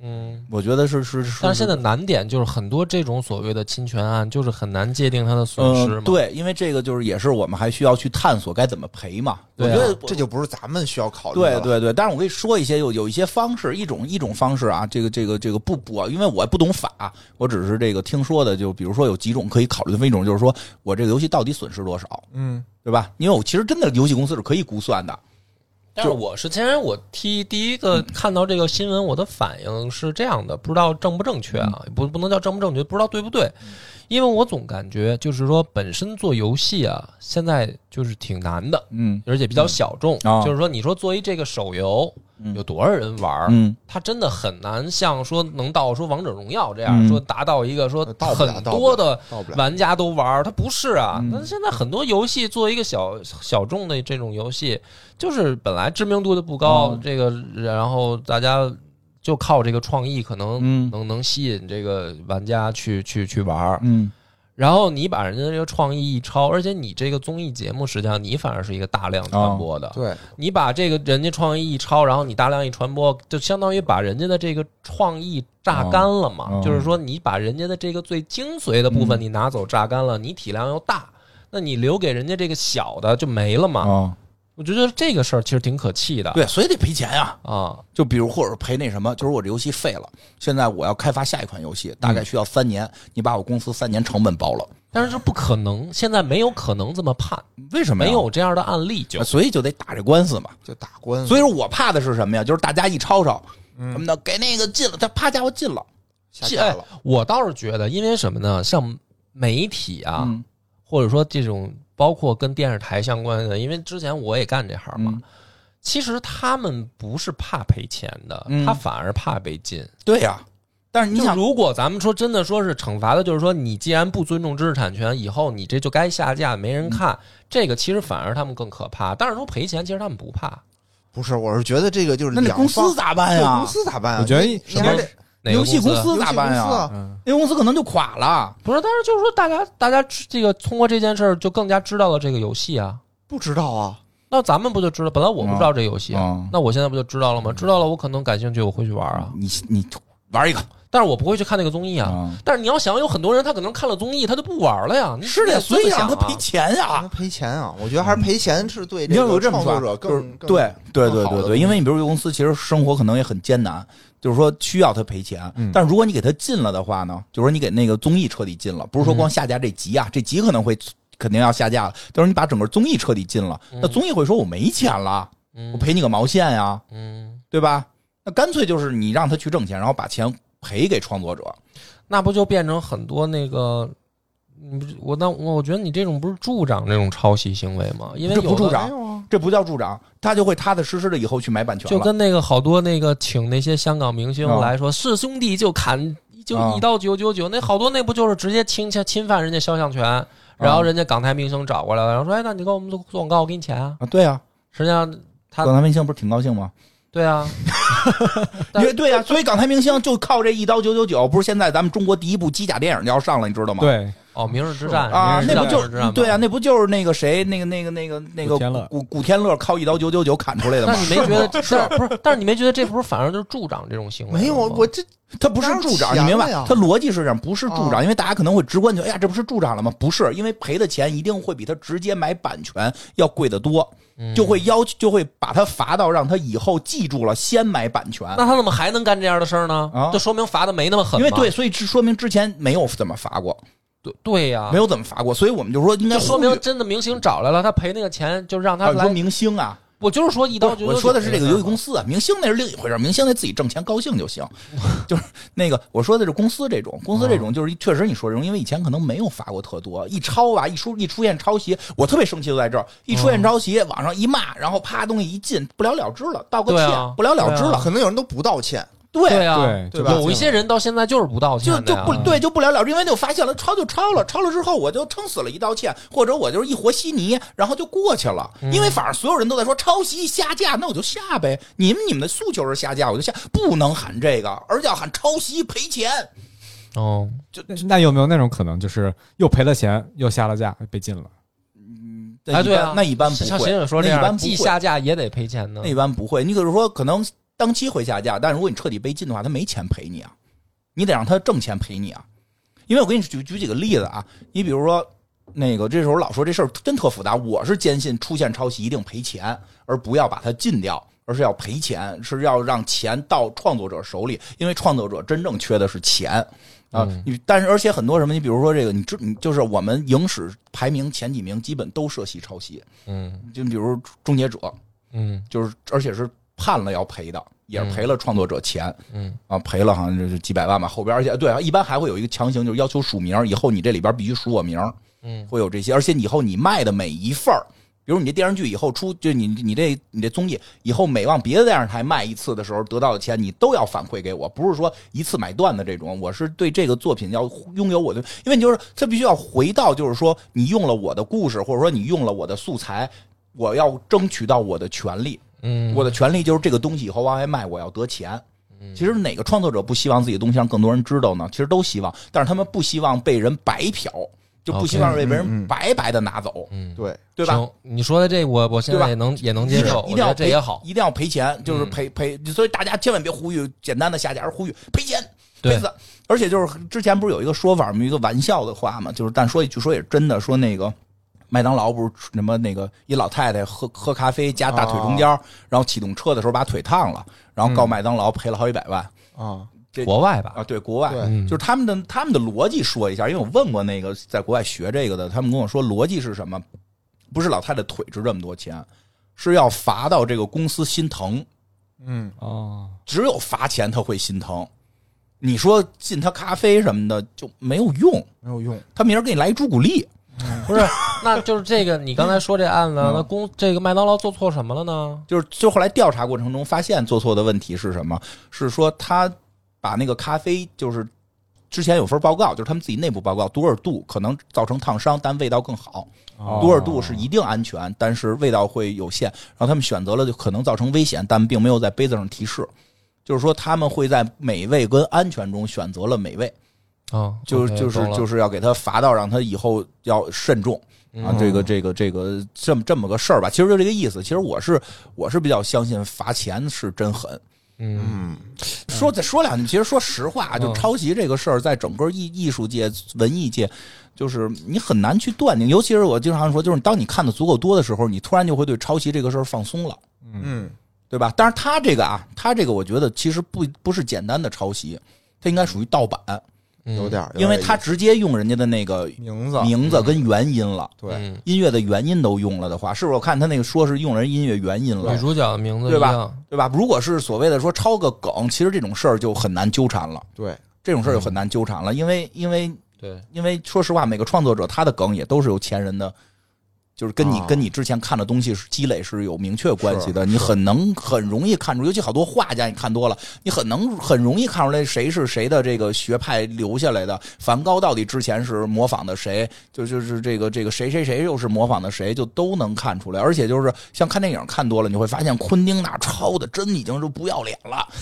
Speaker 2: 嗯，
Speaker 4: 我觉得是是是。
Speaker 2: 但是现在难点就是很多这种所谓的侵权案，就是很难界定它的损失嘛。
Speaker 4: 嗯，，对，因为这个就是也是我们还需要去探索该怎么赔嘛。我
Speaker 2: 对啊
Speaker 4: 觉得
Speaker 3: 这就不是咱们需要考虑的
Speaker 4: 对
Speaker 3: 了。
Speaker 4: 对对，但是我跟你说一些有有一些方式，一种一种方式啊，这个这个这个不播，因为我不懂法，我只是这个听说的，就比如说有几种可以考虑的，一种就是说我这个游戏到底损失多少，
Speaker 3: 嗯，
Speaker 4: 对吧？因为我其实真的游戏公司是可以估算的，
Speaker 2: 但是我是先，然我第第一
Speaker 3: 嗯
Speaker 2: 个看到这个新闻，我的反应是这样的，不知道正不正确
Speaker 3: 嗯
Speaker 2: 啊，不不能叫正不正确，不知道对不对，因为我总感觉就是说，本身做游戏啊，现在就是挺难的，
Speaker 4: 嗯
Speaker 2: 而且比较小众，
Speaker 3: 嗯哦
Speaker 4: 啊
Speaker 2: 就是说，你说做一这个手游，
Speaker 4: 嗯
Speaker 2: 有多少人玩儿？
Speaker 4: 嗯
Speaker 2: 它真的很难像说能到说王者荣耀这样、
Speaker 4: 嗯
Speaker 2: 说达到一个说
Speaker 3: 呃到不了
Speaker 2: 很多的
Speaker 3: 到不了。
Speaker 2: 玩家都玩儿，它不是啊
Speaker 4: 嗯。
Speaker 2: 但是现在很多游戏作为一个小小众的这种游戏，就是本来知名度就不高，
Speaker 4: 嗯
Speaker 2: 这个然后大家就靠这个创意可能
Speaker 4: 嗯
Speaker 2: 能能吸引这个玩家去去去玩儿。
Speaker 4: 嗯
Speaker 2: 然后你把人家这个创意一抄，而且你这个综艺节目实际上你反而是一个大量
Speaker 4: 哦
Speaker 2: 传播的，
Speaker 3: 对，
Speaker 2: 你把这个人家创意一抄，然后你大量一传播，就相当于把人家的这个创意榨干了嘛。
Speaker 4: 哦哦
Speaker 2: 就是说，你把人家的这个最精髓的部分你拿走榨干了，你体量又大，那你留给人家这个小的就没了嘛。
Speaker 4: 啊，
Speaker 2: 我觉得这个事儿其实挺可气的。
Speaker 4: 对，所以得赔钱呀。
Speaker 2: 啊，
Speaker 4: 就比如或者赔那什么，就是我这游戏废了，现在我要开发下一款游戏，大概需要三年，你把我公司三年成本包了，
Speaker 2: 但是这不可能，现在没有可能这么判，
Speaker 4: 为什么呀啊
Speaker 2: 没有这嗯样的案例就。
Speaker 4: 所以就得打这官司嘛。
Speaker 3: 就打官司。
Speaker 4: 所以说我怕的是什么呀？就是大家一吵吵，
Speaker 2: 嗯
Speaker 4: 什么的，给那个进了，他啪家伙进了，
Speaker 3: 下
Speaker 4: 哎
Speaker 3: 架了，
Speaker 2: 我倒是觉得，因为什么呢？像媒体啊，
Speaker 4: 嗯
Speaker 2: 或者说这种包括跟电视台相关的，因为之前我也干这行嘛，
Speaker 4: 嗯
Speaker 2: 其实他们不是怕赔钱的，
Speaker 4: 嗯
Speaker 2: 他反而怕被禁。
Speaker 4: 对呀、但是你
Speaker 2: 就
Speaker 4: 想，
Speaker 2: 如果咱们说真的说是惩罚的，就是说你既然不尊重知识产权，以后你这就该下架，没
Speaker 4: 嗯
Speaker 2: 人看。这个其实反而他们更可怕。但是说赔钱，其实他们不怕。
Speaker 3: 不是，我是觉得这个就是
Speaker 4: 那你
Speaker 3: 两
Speaker 4: 公司
Speaker 3: 方
Speaker 4: 咋办
Speaker 3: 对
Speaker 4: 呀
Speaker 3: 公？司咋办啊？
Speaker 1: 我觉得
Speaker 3: 你
Speaker 1: 什
Speaker 3: 你还
Speaker 1: 么
Speaker 3: 得
Speaker 2: 哪个
Speaker 4: 游戏
Speaker 2: 公
Speaker 4: 公
Speaker 2: 司
Speaker 4: 司咋办
Speaker 3: 游戏公司
Speaker 4: 呀
Speaker 3: 啊？
Speaker 1: 嗯
Speaker 4: 那公司可能就垮了。
Speaker 2: 不是，但是就是说大家大家这个通过这件事儿就更加知道了这个游戏啊。
Speaker 3: 不知道啊，
Speaker 2: 那咱们不就知道？本来我不知道这游戏啊，
Speaker 4: 嗯
Speaker 2: 那我现在不就知道了吗？知道了，我可能感兴趣，我会去玩啊。
Speaker 4: 你你玩一个
Speaker 2: 但是我不会去看那个综艺啊。
Speaker 4: 啊，
Speaker 2: 但是你要想，有很多人他可能看了综艺，他就不玩了呀。你
Speaker 4: 是的，
Speaker 2: 你
Speaker 4: 所以
Speaker 2: 这么
Speaker 4: 让
Speaker 2: 想
Speaker 4: 他
Speaker 2: 啊
Speaker 4: 赔钱
Speaker 3: 让
Speaker 4: 呀
Speaker 3: 他。赔钱啊！我觉得还是赔钱是对
Speaker 4: 嗯你要有
Speaker 3: 个
Speaker 4: 这
Speaker 3: 创
Speaker 4: 么
Speaker 3: 作
Speaker 4: 说啊
Speaker 3: 者，
Speaker 4: 就是
Speaker 3: 更更
Speaker 4: 对对对
Speaker 3: 更好
Speaker 4: 对
Speaker 3: 的
Speaker 4: 对，因
Speaker 3: 东
Speaker 4: 为
Speaker 3: 西
Speaker 4: 你比如游戏公司其实生活可能也很艰难，就是说需要他赔钱。
Speaker 1: 嗯
Speaker 4: 但如果你给他禁了的话呢，就是说你给那个综艺彻底禁了，不
Speaker 2: 嗯
Speaker 4: 是说光下架这集啊，这集可能会肯定要下架了，但是你把整个综艺彻底禁了，那综艺会说我没钱了，
Speaker 2: 嗯
Speaker 4: 我赔你个毛线呀、
Speaker 2: 嗯，
Speaker 4: 对吧？那干脆就是你让他去挣钱，然后把钱赔给创作者。
Speaker 2: 那不就变成很多那个，你不是我那我我觉得你这种不是助长这种抄袭行为吗？因为
Speaker 4: 这不
Speaker 2: 有的
Speaker 4: 助长
Speaker 3: 没有啊，
Speaker 4: 这不叫助长，他就会踏踏实实的以后去买版权
Speaker 2: 就
Speaker 4: 了。
Speaker 2: 跟那个好多那个请那些香港明星
Speaker 4: 啊
Speaker 2: 来说，是兄弟就砍就
Speaker 4: 啊
Speaker 2: 一刀九九九，那好多那不就是直接侵侵侵犯人家肖像权，然
Speaker 4: 嗯
Speaker 2: 后人家港台明星找过来了，然后说哎，那你给我们做做广告，我给你钱啊。
Speaker 4: 啊，对啊，
Speaker 2: 实际上他
Speaker 4: 港台明星不是挺高兴吗？
Speaker 2: 对啊，但
Speaker 4: 因为对啊，所以港台明星就靠这一刀九九九，不是现在咱们中国第一部机甲电影就要上了，你知道吗？，
Speaker 1: 嗯对，
Speaker 2: 哦，明日之战
Speaker 4: 啊，
Speaker 2: 明日
Speaker 4: 那
Speaker 2: 之战
Speaker 4: 不就
Speaker 2: 明日之战吧
Speaker 4: 对啊，那不就是那个谁，那个那个那个那
Speaker 1: 古天乐
Speaker 4: 个古古天乐靠一刀九九九砍出来的吗
Speaker 2: 但？是你没觉得这不是？但是你没觉得这不是反而就是助长这种行为吗？
Speaker 3: 没有我这
Speaker 4: 他不是助长，
Speaker 3: 当然
Speaker 4: 你明白
Speaker 3: 钱了呀？
Speaker 4: 他逻辑是这样，不是助
Speaker 3: 啊
Speaker 4: 长，因为大家可能会直观觉得，哎呀，这不是助长了吗？不是，因为赔的钱一定会比他直接买版权要贵得多，
Speaker 2: 嗯
Speaker 4: 就会要求，就会把他罚到让他以后记住了先买版权。
Speaker 2: 那他怎么还能干这样的事儿呢？
Speaker 4: 啊
Speaker 2: 就说明罚的没那么狠
Speaker 4: 因
Speaker 2: 嘛。
Speaker 4: 为对，所以这说明之前没有怎么罚过，
Speaker 2: 对对呀
Speaker 4: 没，有怎么罚过，所以我们就说应该
Speaker 2: 啊就说明
Speaker 4: 呼吁
Speaker 2: 真的明星找来了，他赔那个钱就让他
Speaker 4: 啊，你
Speaker 2: 来
Speaker 4: 说。明星啊，
Speaker 2: 我就是说一刀就
Speaker 4: 我说的是这个游戏公
Speaker 2: 司，
Speaker 4: 司啊，明星那是另一回事儿，明星那自己挣钱高兴就 行。就是那个我说的是公司这种，公司这种就是确实你说这种，因为以前可能没有罚过特多，一抄啊吧，一出一出现抄袭，我特别生气就在这儿，一出
Speaker 2: 嗯
Speaker 4: 现抄袭，网上一骂，然后啪东西一进，不了了之了，道个
Speaker 2: 对
Speaker 4: 歉，
Speaker 2: 啊
Speaker 4: 不了了之
Speaker 2: 对啊
Speaker 4: 了，
Speaker 3: 可能有人都不道歉，
Speaker 4: 对。
Speaker 2: 啊
Speaker 1: 对，
Speaker 3: 对吧
Speaker 2: 有一些人到现在就是不道歉
Speaker 4: 就
Speaker 2: 的
Speaker 4: 就
Speaker 2: 呀
Speaker 4: 不对，就不了了之，因为就发现了抄就抄了，抄了之后我就撑死了一道歉，或者我就是一和稀泥，然后就过去了。因
Speaker 2: 嗯
Speaker 4: 为反正所有人都在说抄袭下架，那我就下呗。你们你们的诉求是下架，我就下，不能喊这个，而且要喊抄袭赔钱。
Speaker 2: 哦，
Speaker 1: 那那有没有那种可能，就是又赔了钱又下了架被禁了？
Speaker 2: 哎对啊，
Speaker 4: 那一般不
Speaker 2: 像
Speaker 4: 会
Speaker 2: 秦，姐说这
Speaker 4: 那一般
Speaker 2: 样，
Speaker 4: 不会
Speaker 2: 既下架也得赔钱呢
Speaker 4: 那。一般不会。你可是说可能当期会下架，但如果你彻底被禁的话，他没钱赔你啊，你得让他挣钱赔你啊。因为我给你举举几个例子啊，你比如说那个这时候老说这事儿真特复杂，我是坚信出现抄袭一定赔钱，而不要把它禁掉。而是要赔钱，是要让钱到创作者手里，因为创作者真正缺的是钱啊
Speaker 2: 嗯。
Speaker 4: 你但是而且很多什么，你比如说这个，你知你就是我们影史排名前几名基本都涉及抄袭，
Speaker 2: 嗯
Speaker 4: 就比如《终结者》，
Speaker 2: 嗯
Speaker 4: 就是而且是判了要赔的，也是赔了创作者钱、
Speaker 2: 嗯，
Speaker 4: 啊，赔了好像就是几百万吧。后边而且对啊，一般还会有一个强行，就是要求署名，以后你这里边必须署我名，
Speaker 2: 嗯，
Speaker 4: 会有这些，而且以后你卖的每一份儿。比如你这电视剧以后出，就你你这你这综艺以后每往别的电视台卖一次的时候得到的钱，你都要反馈给我，不是说一次买断的这种。我是对这个作品要拥有我的，因为你就是它必须要回到，就是说你用了我的故事，或者说你用了我的素材，我要争取到我的权利。
Speaker 2: 嗯，
Speaker 4: 我的权利就是这个东西以后往外卖，我要得钱。其实哪个创作者不希望自己的东西让更多人知道呢？其实都希望，但是他们不希望被人白嫖，就不希望被别
Speaker 3: 嗯嗯
Speaker 4: 人
Speaker 3: 嗯
Speaker 4: 白白的拿走，
Speaker 2: 嗯，
Speaker 3: 对，
Speaker 4: 对吧？
Speaker 2: 行？你说的这我我现
Speaker 4: 对
Speaker 2: 在
Speaker 4: 吧
Speaker 2: 也能也能
Speaker 4: 一
Speaker 2: 接
Speaker 4: 定
Speaker 2: 受，
Speaker 4: 一
Speaker 2: 我觉
Speaker 4: 定
Speaker 2: 得
Speaker 4: 要
Speaker 2: 这
Speaker 4: 赔
Speaker 2: 也好，
Speaker 4: 一定要赔钱，就是
Speaker 2: 嗯
Speaker 4: 赔赔。所以大家千万别呼吁简单的下架，而呼吁赔钱
Speaker 2: 对
Speaker 4: 赔死。而且就是之前不是有一个说法吗？一个玩笑的话嘛，就是但说据说也是真的，说那个麦当劳不是什么那个一老太太喝喝咖啡夹大腿中间，
Speaker 2: 哦
Speaker 4: 然后启动车的时候把腿烫了，然后告麦当劳赔了好几百万。
Speaker 3: 啊，
Speaker 2: 国外嗯吧，
Speaker 4: 啊，对，国外
Speaker 3: 对
Speaker 2: 嗯
Speaker 4: 就是他们的他们的逻辑说一下，因为我问过那个在国外学这个的，他们跟我说逻辑是什么？不是老太太腿值这么多钱，是要罚到这个公司心疼，
Speaker 3: 嗯，
Speaker 1: 哦，
Speaker 4: 只有罚钱他会心疼。你说进他咖啡什么的就没有用，
Speaker 3: 没有用，
Speaker 4: 他明儿给你来一朱古力，
Speaker 2: 不是，那就是这个你刚才说这案子，
Speaker 1: 嗯
Speaker 2: 那公这个麦当劳做错什么了呢？
Speaker 4: 就是就后来调查过程中发现做错的问题是什么？是说他把那个咖啡就是之前有份报告，就是他们自己内部报告多少度可能造成烫伤，但味道更好。
Speaker 1: 哦
Speaker 4: 多少度是一定安全，但是味道会有限。然后他们选择了就可能造成危险，但并没有在杯子上提示，就是说他们会在美味跟安全中选择了美味，
Speaker 1: 哦
Speaker 2: 啊，
Speaker 4: 就就是就是是要给他罚到，让他以后要慎重
Speaker 2: 嗯
Speaker 4: 啊。这个这个这个这么这么个事儿吧，其实就这个意思。其实我是我是比较相信罚钱是真狠。
Speaker 2: 嗯，
Speaker 3: 嗯，
Speaker 4: 说再说两句，其实说实话，啊就
Speaker 2: 嗯
Speaker 4: 抄袭这个事儿，在整个艺艺术界、文艺界，就是你很难去断定。尤其是我经常说，就是当你看的足够多的时候，你突然就会对抄袭这个事儿放松了，
Speaker 3: 嗯，
Speaker 4: 对吧？但是他这个啊，他这个我觉得其实不不是简单的抄袭，它应该属于盗版，
Speaker 2: 嗯
Speaker 3: 有点儿，
Speaker 4: 因为
Speaker 3: 有点
Speaker 4: 他直接用人家的那个
Speaker 3: 意思名字，
Speaker 4: 名字跟原音了，
Speaker 3: 对，
Speaker 2: 嗯
Speaker 4: 音乐的原音都用了的话，是不是？我看他那个说是用人音乐原音了
Speaker 2: 女，主角的名字
Speaker 4: 对吧
Speaker 2: 一样？
Speaker 4: 对吧？如果是所谓的说抄个梗，其实这种事儿就很难纠缠了。
Speaker 3: 对，
Speaker 4: 这种事儿就很难纠缠了，因为因为
Speaker 2: 对，
Speaker 4: 因为说实话，每个创作者他的梗也都是有前人的，就是跟你、
Speaker 3: 啊
Speaker 4: 跟你之前看的东西是积累是有明确关系的，你很能很容易看出，尤其好多画家你看多了，你很能很容易看出来谁是谁的这个学派留下来的。梵高到底之前是模仿的谁，就就是这个这个谁谁谁又是模仿的谁，就都能看出来。而且就是像看电影看多了，你会 发现昆汀那抄的真已经是不要脸了，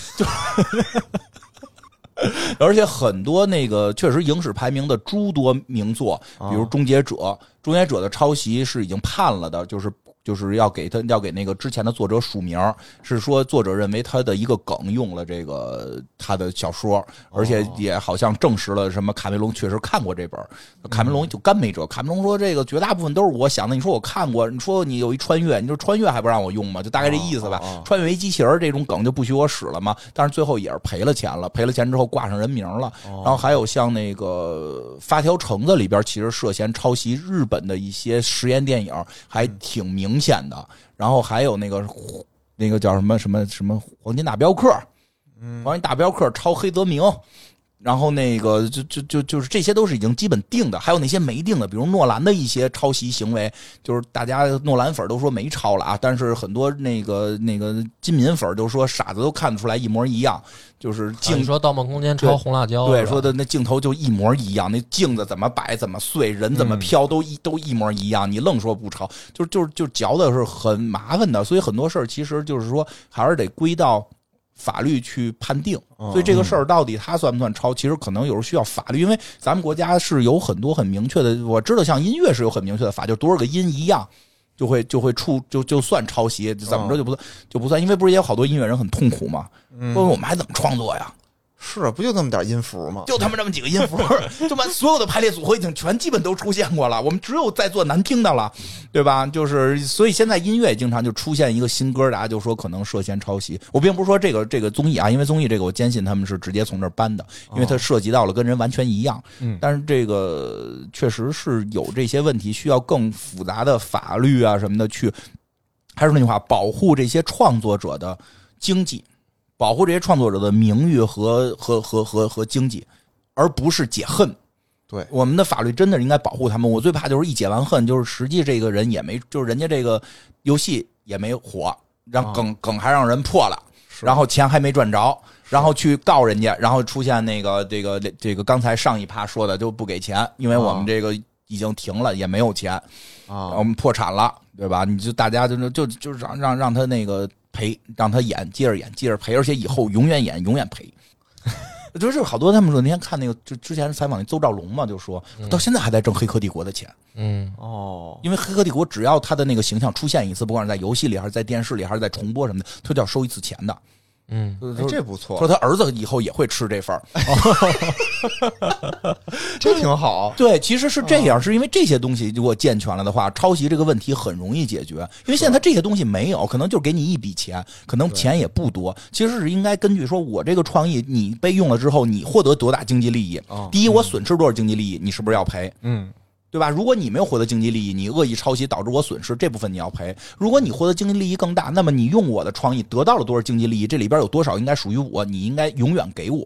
Speaker 4: 而且很多那个确实影史排名的诸多名作，比
Speaker 3: 啊
Speaker 4: 如《终结者》，《终结者》的抄袭是已经判了的，就是就是要给他要给那个之前的作者署名，是说作者认为他的一个梗用了这个他的小说，而且也好像证实了什么卡梅隆确实看过这本，卡梅隆就干没辙，卡梅隆说这个绝大部分都是我想的，你说我看过，你说你有一穿越，你说穿越还不让我用吗？就大概这意思吧。穿越为机器人这种梗就不许我使了嘛，但是最后也是赔了钱了，赔了钱之后挂上人名了。
Speaker 3: 哦
Speaker 4: 然后还有像那个《发条橙子》里边，其实涉嫌抄袭日本的一些实验电影，还挺明显的。然后还有那个那个叫什么什么什么黄金大镖客，
Speaker 3: 嗯
Speaker 4: 黄金大镖客抄黑泽明。然后那个就就就就是这些都是已经基本定的，还有那些没定的，比如诺兰的一些抄袭行为，就是大家诺兰粉儿都说没抄了啊，但是很多那个那个金民粉儿都说傻子都看得出来一模一样，就是
Speaker 2: 净
Speaker 4: 镜
Speaker 2: 说《盗梦空间》抄
Speaker 4: 对
Speaker 2: 红辣椒，
Speaker 4: 对，
Speaker 2: 哦是吧
Speaker 4: 说的那镜头就一模一样，那镜子怎么摆、怎么碎、人怎么
Speaker 2: 嗯
Speaker 4: 飘，都一都一模一样。你愣说不抄，就是就是就嚼的是很麻烦的。所以很多事儿其实就是说，还是得归到法律去判定。
Speaker 2: 哦
Speaker 4: 所以这个事儿
Speaker 2: 嗯
Speaker 4: 到底它算不算抄，其实可能有时候需要法律，因为咱们国家是有很多很明确的。我知道，像音乐是有很明确的法，就多少个音一样。就会就会触就就算抄袭，怎么
Speaker 2: 哦
Speaker 4: 着就不算、就不算，因为不是也有好多音乐人很痛苦嘛？
Speaker 2: 嗯
Speaker 4: 问我们还怎么创作呀？
Speaker 3: 嗯是啊不就那么点音符吗？
Speaker 4: 就他妈这么几个音符， 就把所有的排列组合已经全基本都出现过了，我们只有在做难听的了，对吧？就是所以现在音乐也经常就出现一个新歌，大家就说可能涉嫌抄袭。我并不是说这个这个综艺啊，因为综艺这个我坚信他们是直接从这儿搬的，因为
Speaker 3: 哦啊
Speaker 4: 它涉及到了跟人完全一样。
Speaker 1: 嗯
Speaker 4: 但是这个确实是有这些问题，需要更复杂的法律啊什么的去。还是那句话，保护这些创作者的经济，保护这些创作者的名誉和和和和和经济，而不是解恨。
Speaker 3: 对
Speaker 4: 我们的法律真的是应该保护他们。我最怕就是一解完恨，就是实际这个人也没，就是人家这个游戏也没火，
Speaker 3: 啊
Speaker 4: 让梗梗还让人破了，然后钱还没赚着，然后去告人家，然后出现那个这个这个刚才上一趴说的就不给钱，因为我
Speaker 3: 啊
Speaker 4: 们这个已经停了，也没有钱，
Speaker 3: 啊
Speaker 4: 我们破产了，对吧？你就大家就就就让让让他那个赔，让他演，接着演，接着赔，而且以后永远演，永远赔。 我觉得这好多他们说，那天看那个，就之前采访那邹兆龙嘛，就说到现在还在挣《黑客帝国》的钱，
Speaker 2: 嗯，
Speaker 3: 哦，
Speaker 4: 因为《黑客帝国》只要他的那个形象出现一次，不管是在游戏里还是在电视里还是在重播什么的，他就要收一次钱的。
Speaker 2: 嗯，
Speaker 4: 就是
Speaker 3: 哎这不错，
Speaker 4: 说他儿子以后也会吃这份儿，
Speaker 3: 这挺好。
Speaker 4: 对，其实是这样，是因为这些东西如果健全了的话，抄袭这个问题很容易解决。因为现在它这些东西没有，可能就给你一笔钱，可能钱也不多。其实是应该根据说我这个创意，你被用了之后，你获得多大经济利益
Speaker 3: 哦？
Speaker 4: 第一，我损失多少经济利益，你是不是要赔？
Speaker 1: 嗯，
Speaker 4: 对吧？如果你没有获得经济利益，你恶意抄袭导致我损失，这部分你要赔。如果你获得经济利益更大，那么你用我的创意得到了多少经济利益，这里边有多少应该属于我，你应该永远给我，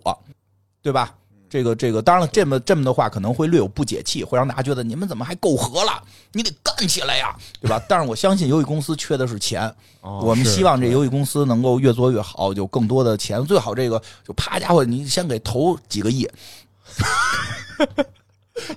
Speaker 4: 对吧？这个这个，当然了，这么这么的话可能会略有不解气，会让大家觉得你们怎么还够和了？你得干起来呀，对吧？但是我相信游戏公司缺的是钱，
Speaker 3: 啊哦
Speaker 4: 我们希望这游戏公司能够越做越好，有更多的钱，最好这个就啪家伙，你先给投几个亿，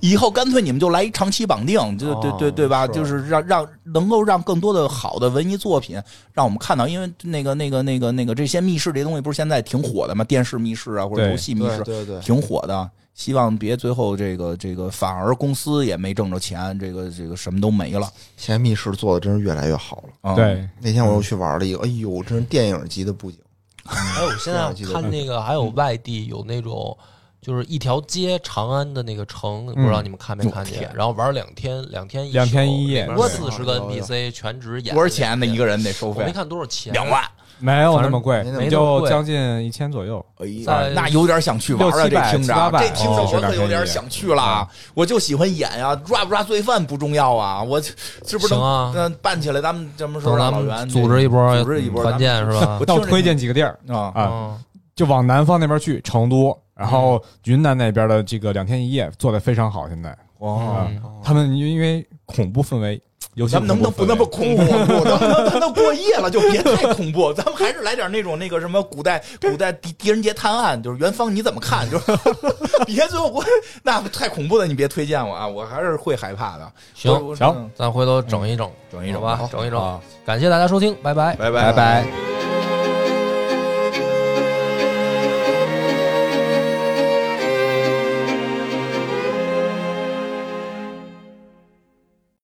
Speaker 4: 以后干脆你们就来一长期绑定，就对对对吧？
Speaker 3: 是
Speaker 4: 就是让让能够让更多的好的文艺作品让我们看到，因为那个那个那个那个这些密室这些东西不是现在挺火的嘛，电视密室啊或者
Speaker 1: 对
Speaker 4: 游戏密
Speaker 3: 对
Speaker 4: 室
Speaker 3: 对对，
Speaker 4: 挺火的。希望别最后这个这个反而公司也没挣着钱，这个这个什么都没了。
Speaker 3: 现在密室做的真是越来越好了。
Speaker 4: 啊、
Speaker 1: 对，
Speaker 3: 那天我又去玩了一个，哎呦，真是电影级的布景。
Speaker 2: 还有哎现在看那个，还有
Speaker 4: 嗯
Speaker 2: 外地有那种，就是一条街，长安的那个城，不知道你们看没看见？然后玩两天，两天一
Speaker 1: 嗯
Speaker 2: 宿
Speaker 1: 两天一夜
Speaker 2: 里边四十个
Speaker 3: 我操
Speaker 2: NPC 全职演，
Speaker 4: 多少钱呢？一个人得收
Speaker 2: 我没
Speaker 4: 费
Speaker 2: 看多少钱，
Speaker 4: 两万。
Speaker 1: 没有那么贵
Speaker 3: 没那么，
Speaker 1: 也就将近一千左右。
Speaker 4: 哎
Speaker 2: 在
Speaker 4: 呀，那有点想去玩
Speaker 1: 六
Speaker 4: 啊！
Speaker 1: 七
Speaker 4: 这
Speaker 1: 百
Speaker 4: 听
Speaker 1: 七
Speaker 4: 着
Speaker 1: 八
Speaker 4: 啊，
Speaker 1: 百
Speaker 4: 这听着
Speaker 1: 哦
Speaker 4: 我可有点想去了啊。我就喜欢演啊，抓不抓罪犯不重要啊，我是不是能
Speaker 2: 行啊
Speaker 4: 嗯办起来？咱们什么时候
Speaker 2: 等
Speaker 4: 让
Speaker 2: 咱
Speaker 4: 老袁
Speaker 2: 们组织一波
Speaker 4: 组织一波
Speaker 2: 团建是吧？
Speaker 4: 我
Speaker 1: 那
Speaker 4: 听
Speaker 1: 我
Speaker 4: 着
Speaker 1: 推荐几个地儿
Speaker 4: 啊？
Speaker 1: 啊，
Speaker 2: 嗯，
Speaker 1: 就往南方那边去，成都，然后云南那边的这个两天一夜做的非常好，现在
Speaker 2: 嗯
Speaker 4: 哇，
Speaker 1: 啊，他们因为恐怖氛围，尤其
Speaker 4: 咱们能不能不
Speaker 1: 恐怖氛围
Speaker 4: 那么恐怖？能不能 咱都过夜了，就别太恐怖。咱们还是来点那种那个什么古代古代狄狄仁杰探案，就是元芳你怎么看？就是 别最后我那太恐怖的，你别推荐我啊，我还是会害怕的。
Speaker 2: 行
Speaker 4: 我我嗯
Speaker 1: 行
Speaker 2: 咱回头整一整，
Speaker 4: 整一整
Speaker 2: 好吧
Speaker 4: 好，
Speaker 2: 整一整
Speaker 4: 好。
Speaker 2: 感谢大家收听，拜拜。
Speaker 4: 拜
Speaker 1: 拜拜。